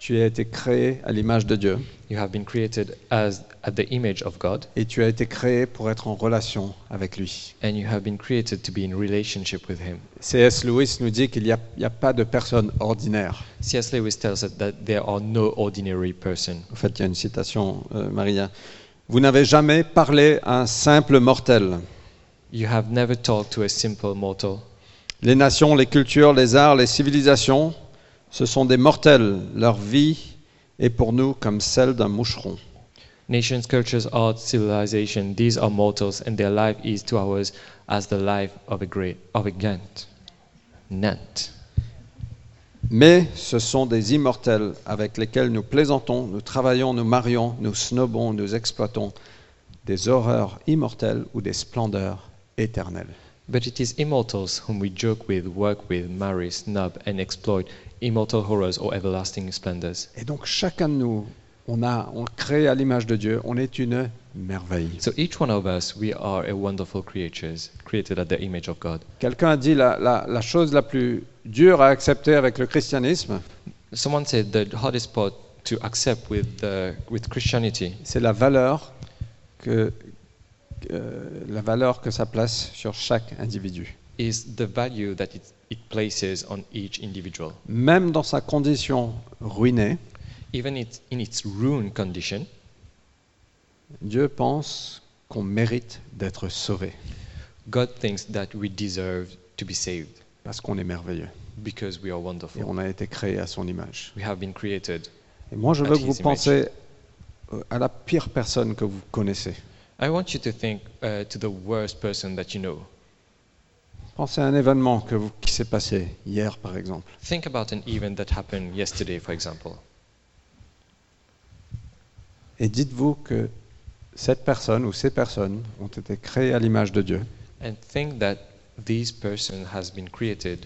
Tu as été créé à l'image de Dieu
You have been created as at the image of God,
et tu as été créé pour être en relation avec lui.
and you have been created to be in relationship with Him.
C.S. Lewis nous dit qu'il n'y a, il y a pas de personne ordinaire.
C.S. Lewis tells us that there are no ordinary person.
En fait, il y a une citation, euh, Maria. Vous n'avez jamais parlé à un simple mortel.
You have never talked to a simple mortal.
Les nations, les cultures, les arts, les civilisations Ce sont des mortels, leur vie est pour nous comme celle d'un moucheron.
Nations, cultures, art, civilization, these are mortals, and their life is to ours as the life of a great of a Gant. Nant.
Mais ce sont des immortels avec lesquels nous plaisantons, nous travaillons, nous marions, nous snobons, nous exploitons des horreurs immortelles ou des splendeurs éternelles.
But it is immortals whom we joke with, work with, marry, snub, and exploit, immortal horrors or everlasting splendors.
Et donc chacun de nous, on a, on crée à l'image de Dieu, on est une merveille.
So each one of us, we are a wonderful creatures, created at the image of God.
Quelqu'un a dit la, la- la chose la plus dure à accepter avec le christianisme,
Someone said the hardest part to accept with uh, with Christianity
c'est la valeur que que- la valeur que ça place sur chaque individu.
is the value that it, it places on each individual.
Même dans sa condition ruinée,
Even it, in its ruined condition,
Dieu pense qu'on mérite d'être sauvé
God thinks that we deserve to be saved
parce qu'on est merveilleux
because we are wonderful.
et on a été créé à son image.
We have been created.
Et moi, je
À
veux que
his
vous
image.
pensiez euh, à la pire personne que vous connaissez.
I want you to think uh, to the worst person that you know.
Pensez à un événement que vous- qui s'est passé hier, par exemple.
Think about an event that happened yesterday, for example,
Et dites-vous que cette personne ou ces personnes ont été créées à l'image de Dieu
and think that this person has been created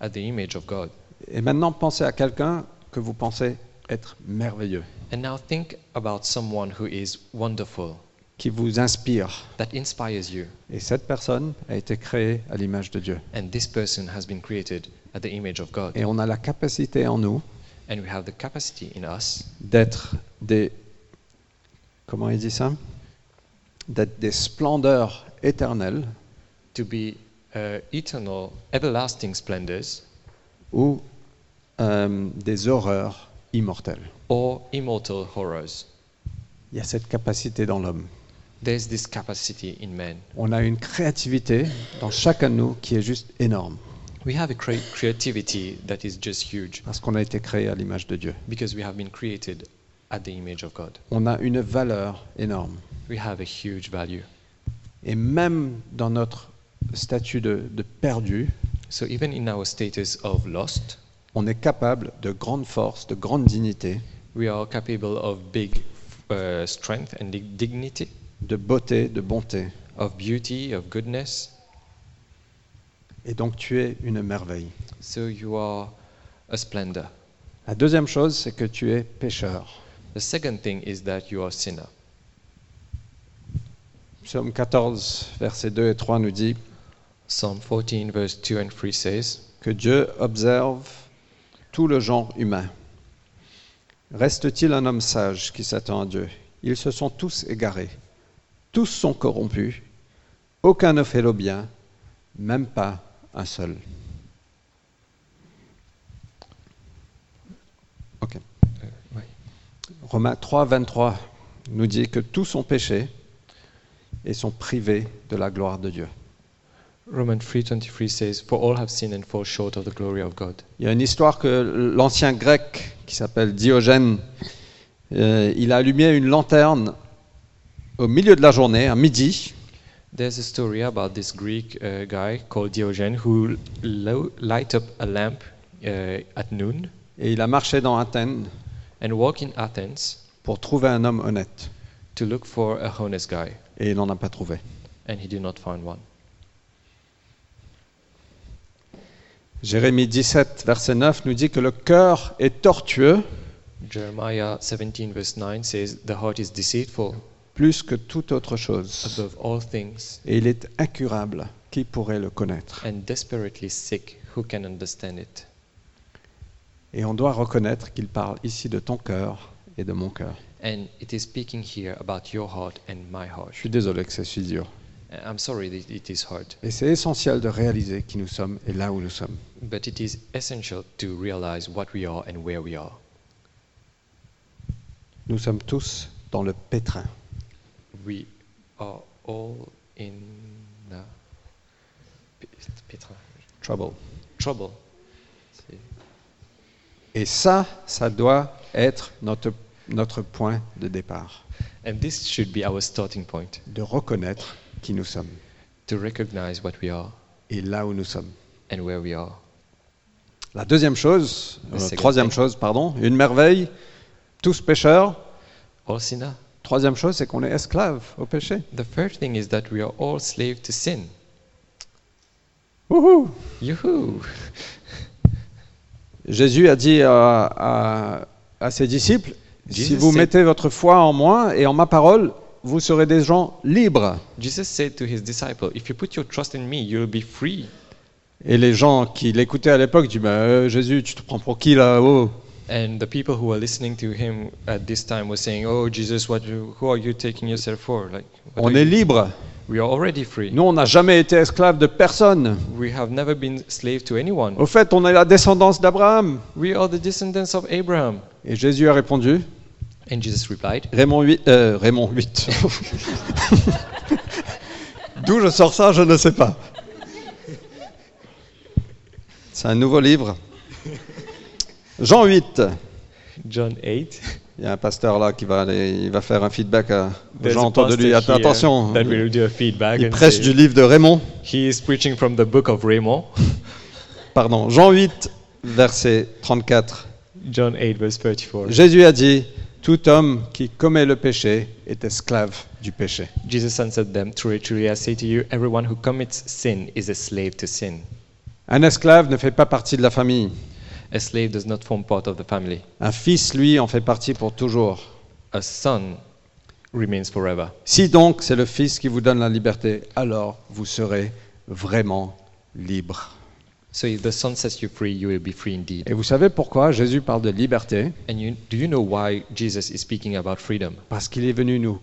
at the image of God.
Et maintenant, pensez à quelqu'un que vous pensez être merveilleux,
And now think about someone who is wonderful,
qui vous inspire.
that inspires you,
Et cette personne a été créée à l'image de Dieu.
and this person has been created at the image of God.
Et on a la capacité en nous
And we have the capacity in us
d'être des... Comment il dit ça D'être des splendeurs éternelles
to be uh, eternal, everlasting splendors
ou euh, des horreurs immortelles.
or immortal horrors.
Il y a cette capacité dans l'homme.
There's this capacity in man.
On a une créativité dans chacun de nous qui est juste énorme,
We have a cre- creativity that is just huge
parce qu'on a été créé à l'image de Dieu.
because we have been created at the image of God.
On a une valeur énorme.
We have a huge value.
Et même dans notre statut de, de perdu,
So even in our status of lost,
on est capable de grande force, de grande dignité,
we are capable of big uh, strength and dig- dignity,
de beauté, de bonté.
of beauty, of goodness.
Et donc tu es une merveille.
So you are a splendor.
La deuxième chose, c'est que tu es pécheur.
The second thing is that you are a sinner.
Psaume 14, versets 2 et 3 nous dit
Psalm 14, verse 2 and 3 says,
que Dieu observe tout le genre humain. Reste-t-il un homme sage qui s'attend à Dieu Ils se sont tous égarés, tous sont corrompus, aucun ne fait le bien, même pas un seul. Ok.
oui.
Romains 3, 23 nous dit que tous ont péché et sont privés de la gloire de Dieu.
Romans 3:23 says, "For all have sinned and fall short of the glory of God."
Il y a une histoire que l'ancien grec, qui s'appelle Diogène, euh, il a allumé une lanterne au milieu de la journée, à midi,
There's a story about this Greek uh, guy called Diogenes who lo- light up a lamp uh, at noon
et il a marché dans Athènes
and walk in Athens
pour trouver un homme honnête.
to look for a honest guy,
Et il n'en a pas trouvé.
and he did not find one.
Jérémie 17, verset 9 nous dit que le cœur est tortueux
Jeremiah 17 verse 9 says, "The heart is deceitful
plus que toute autre chose,
above all things
et il est incurable. Qui pourrait le connaître
and desperately sick. Who can understand it?"
Et on doit reconnaître qu'il parle ici de ton cœur et de mon cœur.
And it is speaking here about your heart and my heart.
Je suis désolé que c'est si dur.
I'm sorry that it is hard.
Et c'est essentiel de réaliser qui nous sommes et là où nous sommes.
But it is essential to realize what we are and where we are.
Nous sommes tous dans le pétrin.
We are all in the p- p- trouble.
Et ça, ça doit être notre, notre point de départ,
And this should be our starting point
de reconnaître qui nous sommes
to recognize what we are
et là où nous sommes.
and where we are.
La deuxième chose,
La
euh,
seconde.
troisième chose, pardon, une merveille, tous pécheurs.
All sinner.
Troisième chose, c'est qu'on est esclave au péché.
The third thing is that we are all slave to sin.
Wouhou
Yoo-hoo!
Jésus a dit à, à- à ses disciples, si
Jesus
vous
said-
mettez votre foi en moi et en ma parole, vous serez des gens libres.
Jesus said to his disciple, If you put your trust in me, you'll be free.
Et les gens qui l'écoutaient à l'époque disent, Bah, euh, Jésus, tu te prends pour qui là oh
And the people who were listening to him at this time were saying, Oh, Jesus, what, you- who are you taking yourself for? Like, what
On
are
est
you-
libre.
we are already free.
Nous, on n'a jamais été esclave de personne.
We have never been slave to anyone.
Au fait, on est la descendance d'Abraham.
We are the descendants of Abraham.
Et Jésus a répondu,
And Jesus replied,
Raymond 8. euh, Raymond 8. D'où je sors ça, je ne sais pas. C'est un nouveau livre. Jean 8.
John 8.
Il y a un pasteur là qui va aller, il va faire un feedback à aux
There's
gens
a
autour de lui.
pastor
Atten-
here
Attention,
That will do a feedback.
il
and
prêche
say-
du livre de Raymond.
He is preaching from the book of Raymond,
Pardon, Jean 8, verset 34.
John 8, verse 34.
Jésus a dit, tout homme qui commet le péché est esclave du péché.
Jesus answered them, Truly, truly, I say to you, everyone who commits sin is a slave to sin.
Un esclave ne fait pas partie de la famille.
A slave does not form part of the family.
Un fils, lui, en fait partie pour toujours.
A son remains forever.
Si donc c'est le Fils qui vous donne la liberté, alors vous serez vraiment libre.
So if the son sets you free, you will be free indeed.
Et vous savez pourquoi Jésus parle de liberté
And you, do you know why Jesus is speaking about freedom?
Parce qu'il est venu nous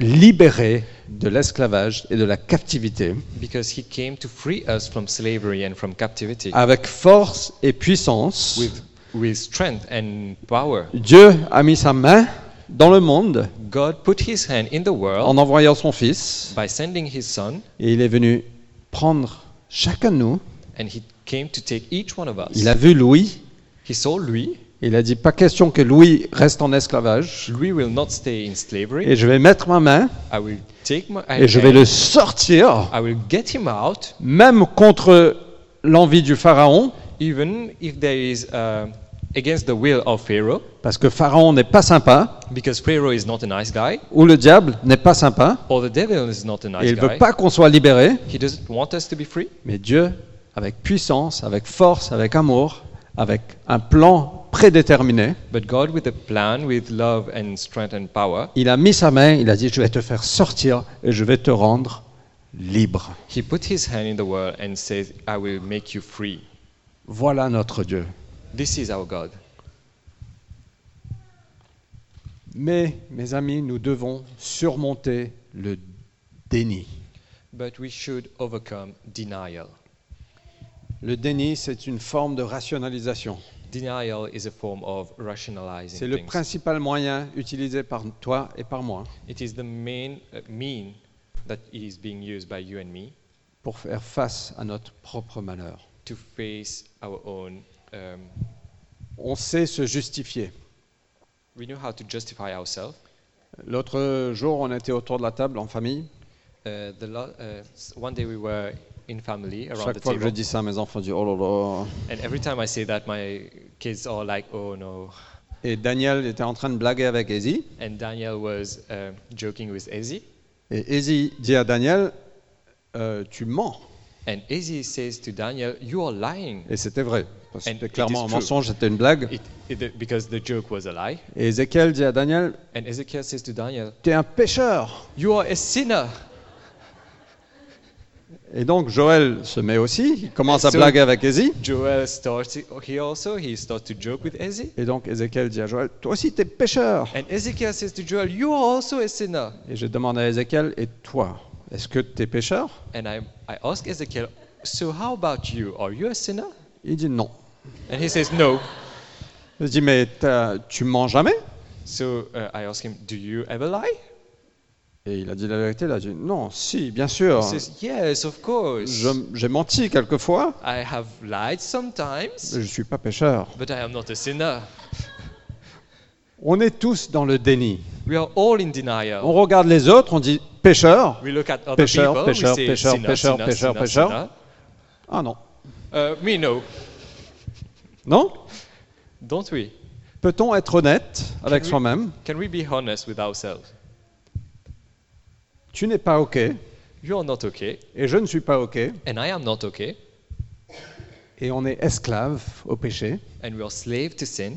libérer de l'esclavage et de la captivité
Because he came to free us from slavery and from captivity
avec force et puissance.
with, with strength and power.
Dieu a mis sa main dans le monde
God put his hand in the world
en envoyant son Fils
by sending his son,
et il est venu prendre chacun de nous.
and he came to take each one of us.
Il a vu Louis,
He saw Louis.
il a dit pas question que Louis reste en esclavage
Louis will not stay in slavery.
et je vais mettre ma main
I will take my
et je vais le sortir,
I will get him out,
même contre l'envie du Pharaon,
even if there is uh, against the will of Pharaoh,
parce que Pharaon n'est pas sympa,
because Pharaoh is not a nice guy,
ou le diable n'est pas sympa,
or the devil is not a
et
nice
il ne veut
guy.
pas qu'on soit libéré,
He doesn't want us to be free.
mais Dieu, avec puissance, avec force, avec amour, avec un plan prédéterminé,
But God, with a plan, with love and strength and power,
il a mis sa main, il a dit, je vais te faire sortir et je vais te rendre libre.
He put His hand in the world and says, "I will make you free."
Voilà notre Dieu.
This is our God.
Mais, mes amis, nous devons surmonter le déni.
But we should overcome denial.
Le déni, c'est une forme de rationalisation.
Denial is a form of rationalizing
C'est le
things.
principal moyen utilisé par toi et par moi
It is the main uh, mean that is being used by you and me
pour faire face à notre propre malheur.
to face our own. Um,
On sait se justifier.
we know how to justify ourselves.
L'autre jour, on était autour de la table en famille.
Uh, the lo- uh, s- one day we were in family around
Chaque
the
fois que je
table,
dis ça, mes enfants disent oh là
and every time I say that, my kids are like, "Oh no."
là. Et Daniel était en train de blaguer avec Easy.
And Daniel was uh, joking with Ezi,
Et Easy dit à Daniel Euh, Tu mens.
and Ezi says to Daniel, "You are lying."
Et c'était vrai. Parce que
And
C'était
it
clairement
is
un
true.
mensonge, c'était une blague.
It, it, because the joke was a lie.
Et Ézéchiel dit à Daniel
And Ezekiel says to Daniel,
T'es un pécheur.
"You are a sinner."
Et donc Joël se met aussi. Il commence à
So-
blaguer avec Easy.
Joel starts. He also he starts to joke with Ezi.
Et donc Ézéchiel dit à Joël Toi aussi, t'es pécheur.
And Ezekiel says to Joel, You are also a sinner.
Et je demande à Ézéchiel, et toi, est-ce que tu es pécheur
And I, I ask Ezekiel, So how about you? Are you a sinner?
Il dit non.
And he says, No.
Je dis, mais t'as- tu mens jamais
So uh, I ask him, Do you ever lie?
Et il a dit la vérité, il a dit non, si, bien sûr.
He says, Yes, of course.
Je- J'ai menti quelquefois,
I have lied sometimes,
mais je ne suis pas pécheur.
but I am not a sinner.
On est tous dans le déni.
We are all in
On
denial.
regarde les autres, on dit pécheur.
We look at other
Oh. Pêcheur,
people,
pêcheur,
we say,
pêcheur,
sinner,
pêcheur,
sinner,
pêcheur,
sinner,
pêcheur.
sinner.
Ah non.
Uh, we know,
Non
don't we?
Peut-on être honnête avec
Oui.
soi-même
Can we be honest with ourselves?
Tu n'es pas OK, et
You are not okay,
je ne suis pas OK,
and I am not okay,
et on est esclave au péché,
and we are slave to sin,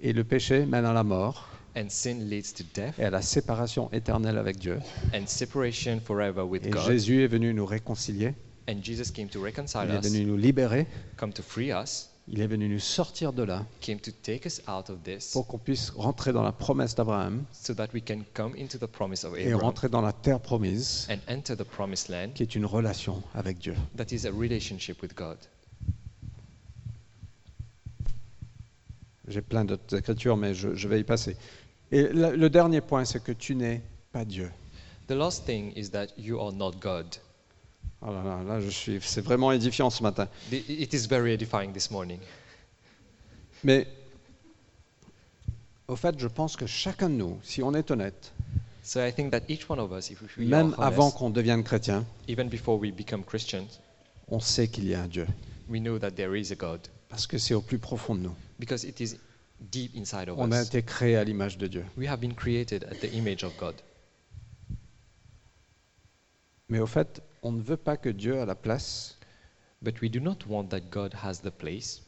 et le péché mène à la mort
and sin leads to death
et à la séparation éternelle avec Dieu.
and separation forever with
Et
God.
Jésus est venu nous réconcilier,
And Jesus came to reconcile
il est
us,
venu nous libérer,
come to free us,
il est venu nous sortir de là
came to take us out of this
pour qu'on puisse rentrer dans la promesse d'Abraham
so that we can come into the promise of
et
Abraham
rentrer dans la terre promise
and enter the promised land
qui est une relation avec Dieu.
that is a relationship with God.
J'ai plein d'autres écritures, mais je, je vais y passer. Et la- le dernier point, c'est que tu n'es pas Dieu.
The last thing is that you are not God.
Oh là là, là, je suis. C'est vraiment édifiant ce matin.
The- It is very edifying this morning.
Mais au fait, je pense que chacun de nous, si on est honnête,
So I think that each one of us, if we are
même avant
honest,
qu'on devienne chrétien,
even before we become Christians,
on sait qu'il y a un Dieu,
we know that there is a God
parce que c'est au plus profond de nous.
because it is deep inside of
On a
us.
été créé à l'image de Dieu.
We have been created at the image of God.
Mais au fait, on ne veut pas que Dieu a la place
But we do not want that God has the place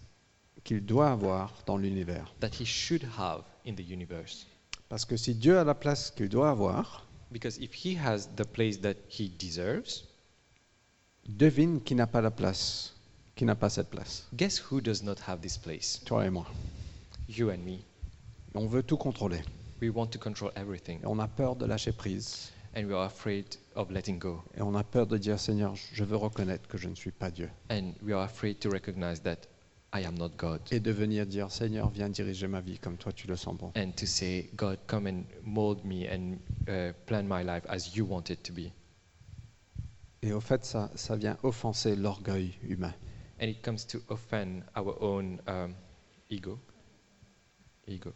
qu'il doit avoir dans l'univers.
that he should have in the universe.
Parce que si Dieu a la place qu'il doit avoir,
Because if he has the place that he deserves,
devine qui n'a pas la place, qui n'a pas cette place.
guess who does not have this place?
Toi et moi.
You and me.
On veut tout contrôler.
We want to control everything
Et on a peur de lâcher prise.
and we are afraid of letting go.
Et on a peur de dire Seigneur, je veux reconnaître que je ne suis pas Dieu.
And we are afraid to recognize that I am not God.
Et de venir dire Seigneur, viens diriger ma vie comme toi tu le sens bon.
And to say, God, come and mold me and uh, plan my life as you want it to be.
Et au fait, ça, ça vient offenser l'orgueil humain.
And it comes to offend our own um, ego. Ego.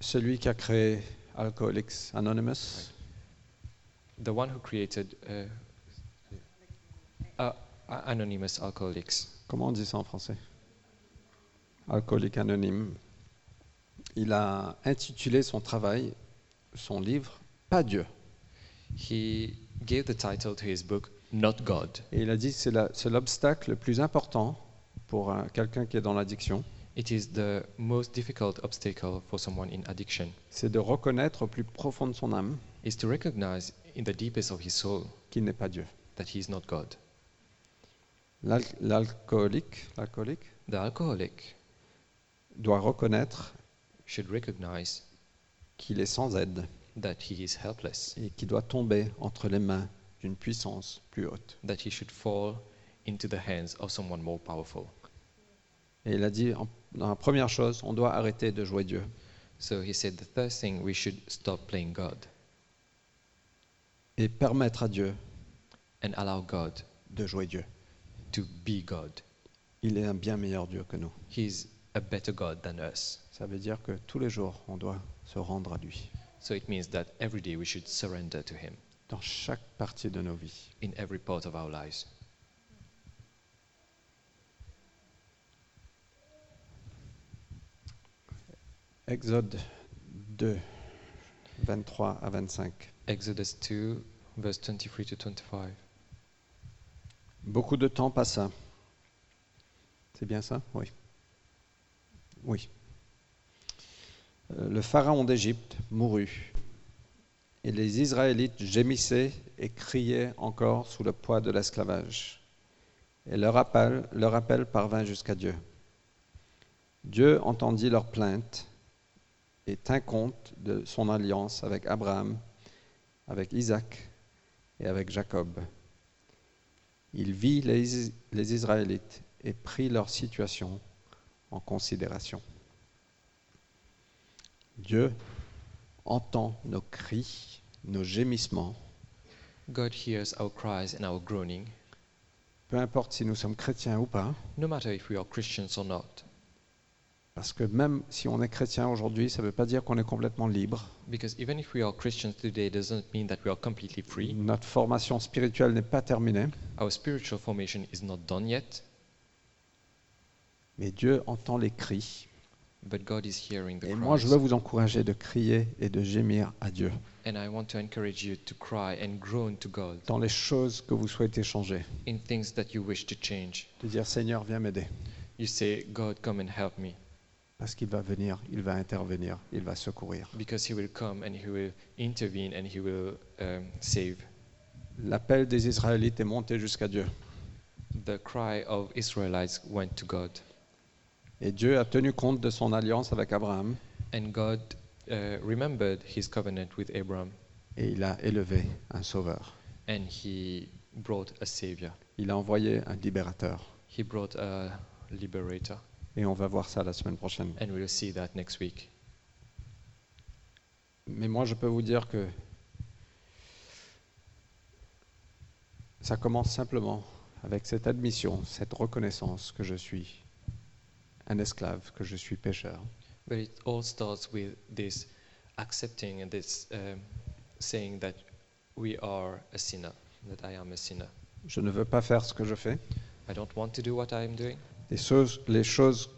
Celui qui a créé Alcoholics Anonymous,
The one who created uh, uh, anonymous alcoholics.
comment on dit ça en français Alcoolique anonyme. Il a intitulé son travail, son livre, Pas Dieu.
He gave the title to his book, Not God.
Et il a dit c'est la- c'est l'obstacle le plus important pour euh, quelqu'un qui est dans l'addiction,
It is the most difficult obstacle for someone in addiction,
c'est de reconnaître au plus profond de son âme
is to recognize in the deepest of his soul
qu'il n'est pas Dieu.
that he is not God.
L'al- L'alcoolique l'alcoolique
The alcoholic
doit reconnaître
should recognize
qu'il est sans aide
that he is helpless,
et qu'il doit tomber entre les mains d'une puissance plus haute.
that he should fall into the hands of someone more powerful.
Et il a dit, en- dans la première chose, on doit arrêter de jouer Dieu.
So he said, the first thing, we should stop playing God
et permettre à Dieu
and allow God
de jouer Dieu.
to be God.
Il est un bien meilleur Dieu que nous.
He is a better God than us.
Ça veut dire que tous les jours, on doit se rendre à lui,
So it means that every day we should surrender to him
dans chaque partie de nos vies.
in every part of our lives.
Exode 2, 23 à 25.
Exodus 2, verse 23 to 25.
Beaucoup de temps passa. C'est bien ça Oui. Oui. Euh, Le pharaon d'Égypte mourut, et les Israélites gémissaient et criaient encore sous le poids de l'esclavage. Et leur appel, leur appel parvint jusqu'à Dieu. Dieu entendit leur plainte et tint compte de son alliance avec Abraham, avec Isaac et avec Jacob. Il vit les, les Israélites et prit leur situation en considération. Dieu entend nos cris nos gémissements,
God hears our cries and our groaning,
peu importe si nous sommes chrétiens ou pas,
no matter if we are Christians or not.
parce que même si on est chrétien aujourd'hui, ça ne veut pas dire qu'on est complètement libre.
Because even if we are Christians today, doesn't mean that we are completely free.
Notre formation spirituelle n'est pas terminée,
Our spiritual formation is not done yet,
mais Dieu entend les cris.
but God is hearing the
Et
cries.
moi, je veux vous encourager de crier et de gémir à Dieu
And I want to encourage you to cry and groan to God
dans les choses que vous souhaitez changer.
in things that you wish to change.
De dire Seigneur, viens m'aider.
You say, God, come and help me,
Parce qu'il va venir, il va intervenir, il va secourir.
because He will come and He will intervene and He will um, save.
L'appel des Israélites est monté jusqu'à Dieu.
The cry of Israelites went to God,
Et Dieu a tenu compte de son alliance avec Abraham
and God uh, remembered His covenant with Abram,
et il a élevé un sauveur.
and He brought a savior.
Il a envoyé un libérateur.
He brought a liberator,
Et on va voir ça la semaine prochaine.
and we'll see that next week.
Mais moi, je peux vous dire que ça commence simplement avec cette admission, cette reconnaissance que je suis un esclave, que je suis pécheur.
But it all starts with this accepting and this um, saying that we are a sinner, that I am a sinner.
Je ne veux pas faire ce que je fais.
I don't want to do what I am doing.
Les choses, les choses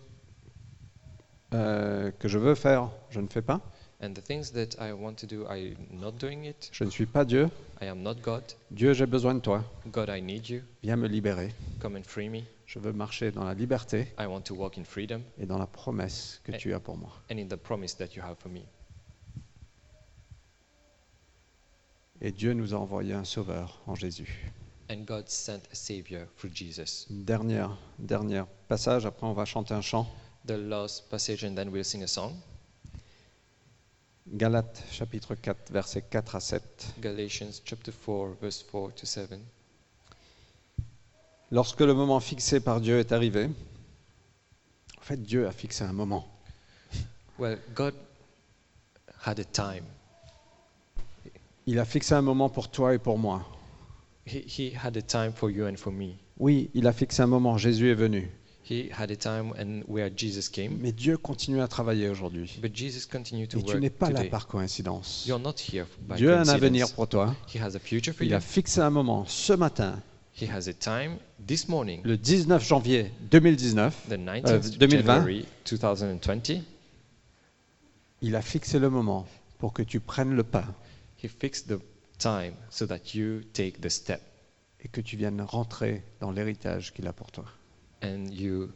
euh, que je veux faire, je ne fais pas.
And the things that I want to do, I'm not doing it.
Je ne suis pas Dieu.
I am not God.
Dieu, j'ai besoin de toi.
God, I need you.
Viens me libérer.
Come and free me.
Je veux marcher dans la liberté
I want to walk in freedom
et dans la promesse que tu as pour moi.
and in the promise that you have for me.
Et Dieu nous a envoyé un sauveur en Jésus.
And God sent a Savior through Jesus.
Une dernière, dernière passage, après on va chanter un chant.
The last passage, and then we'll sing a song.
Galates chapitre 4, versets 4 à 7.
Galatians chapter 4, verse 4 to 7.
Lorsque le moment fixé par Dieu est arrivé, en fait Dieu a fixé un moment.
Well, God had a time.
Il a fixé un moment pour toi et pour moi.
He, he had a time for you and for me.
Oui, il a fixé un moment, Jésus est venu.
He had a time and where Jesus came.
Mais Dieu continue à travailler aujourd'hui.
But Jesus continued to
Et tu
work
n'es pas là
today.
par coïncidence.
You're not here by
Dieu a un
coincidence.
avenir pour toi.
He has a future for
Il
you.
a fixé un moment ce matin,
He has a time this morning,
le 19 janvier 2019.
the 19th
euh, 2020.
January 2020.
Il a fixé le moment pour que tu prennes le pas
He fixed the time so that you take the step
et que tu viennes rentrer dans l'héritage qu'il a pour toi.
and you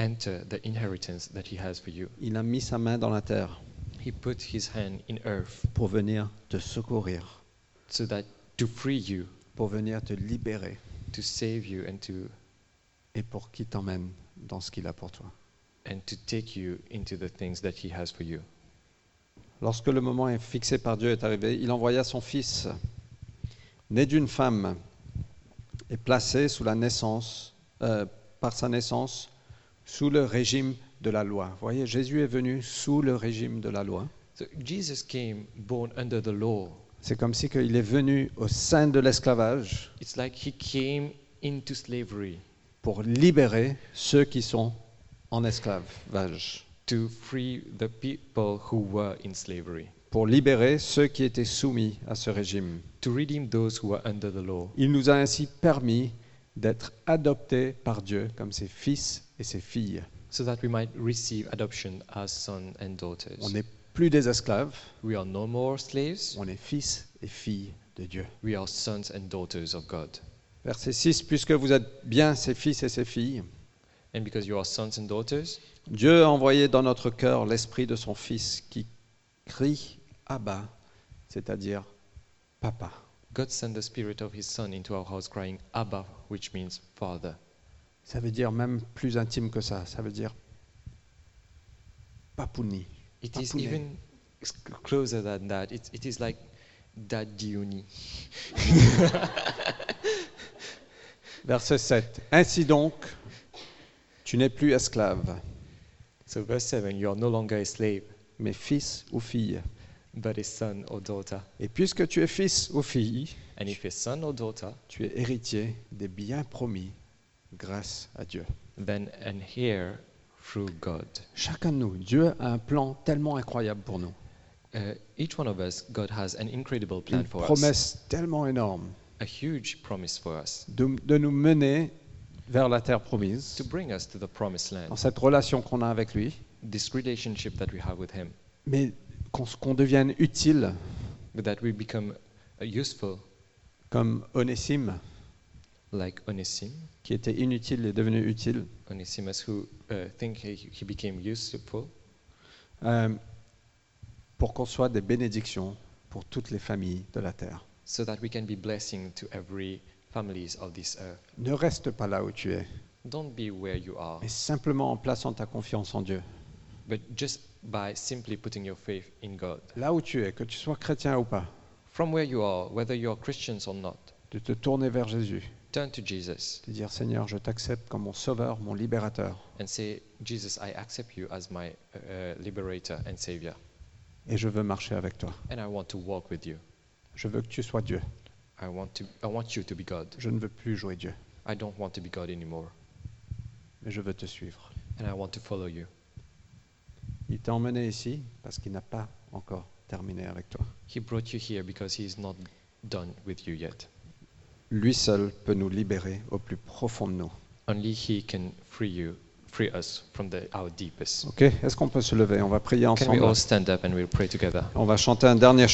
enter the inheritance that he has for you.
Il a mis sa main dans la terre
He put his hand in earth
pour venir te secourir,
so that to free you,
pour venir te libérer
to save you and to
et pour qu'il t'emmène dans ce qu'il a pour toi.
and to take you into the things that he has for you.
Lorsque le moment est fixé par Dieu est arrivé, il envoya son fils, né d'une femme, et placé sous la naissance, euh, par sa naissance, sous le régime de la loi. Vous voyez, Jésus est venu sous le régime de la loi.
So Jesus came born under the law.
C'est comme si il est venu au sein de l'esclavage
It's like he came into slavery
pour libérer ceux qui sont en esclavage,
to free the people who were in slavery,
pour libérer ceux qui étaient soumis à ce régime.
to redeem those who were under the law.
Il nous a ainsi permis d'être adoptés par Dieu comme ses fils et ses filles.
so that we might receive adoption as sons and daughters.
On n'est plus des esclaves,
we are no more slaves,
on est fils et filles de Dieu.
we are sons and daughters of God.
Verset 6, puisque vous êtes bien ses fils et ses filles,
And because you are sons and daughters,
Dieu a envoyé dans notre cœur l'esprit de son Fils qui crie Abba, c'est-à-dire Papa.
God sent the Spirit of His Son into our house, crying, Abba, which means Father.
Ça veut dire même plus intime que ça, ça veut dire Papouni.
It is
Papounet.
even s- closer than that. It, it is like Daddiuni.
Verset 7. Ainsi donc, tu n'es plus esclave,
So, verse 7 you are no longer a slave,
mais fils ou fille.
but is son or daughter.
Et puisque tu es fils ou fille,
And if you're son or daughter,
tu es héritier des biens promis grâce à Dieu.
then an heir through God.
Chacun de nous, Dieu a un plan tellement incroyable pour nous.
Uh, each one of us, God has an incredible plan
Une
for us,
promesse tellement énorme
a huge promise for us
de, de nous mener vers la terre promise,
to bring us to the promised land.
dans cette relation qu'on a avec lui,
This relationship that we have with Him,
mais qu'on qu'on devienne utile
but that we become uh, useful,
comme Onésime,
like Onesim,
qui était inutile est devenu utile.
Onesimus, who uh, think he, he became useful,
Euh, pour qu'on soit des bénédictions pour toutes les familles de la terre.
so that we can be blessing to every families of this earth.
Ne reste pas là où tu es,
Don't be where you are,
mais simplement en plaçant ta confiance en Dieu.
but just by simply putting your faith in God.
Là où tu es, que tu sois chrétien ou pas,
From where you are, whether you are Christians or not,
de te tourner vers Jésus,
turn to Jesus
de dire Seigneur, je t'accepte comme mon sauveur, mon libérateur,
and say, Jesus, I accept you as my uh, liberator and savior,
et je veux marcher avec toi.
and I want to walk with you.
Je veux que tu sois Dieu.
I want to, I want you to be God.
Je ne veux plus jouer Dieu,
I don't want to be God anymore,
mais je veux te suivre.
and I want to follow you.
Il t'a emmené ici parce qu'il n'a pas encore terminé avec toi.
He brought you here because he is not done with you yet.
Lui seul peut nous libérer au plus profond de nous.
Only he can free you, free us from the, our deepest.
Ok Est-ce qu'on peut se lever On va prier
Can we
ensemble.
all stand up and we'll pray together?
On va chanter un dernier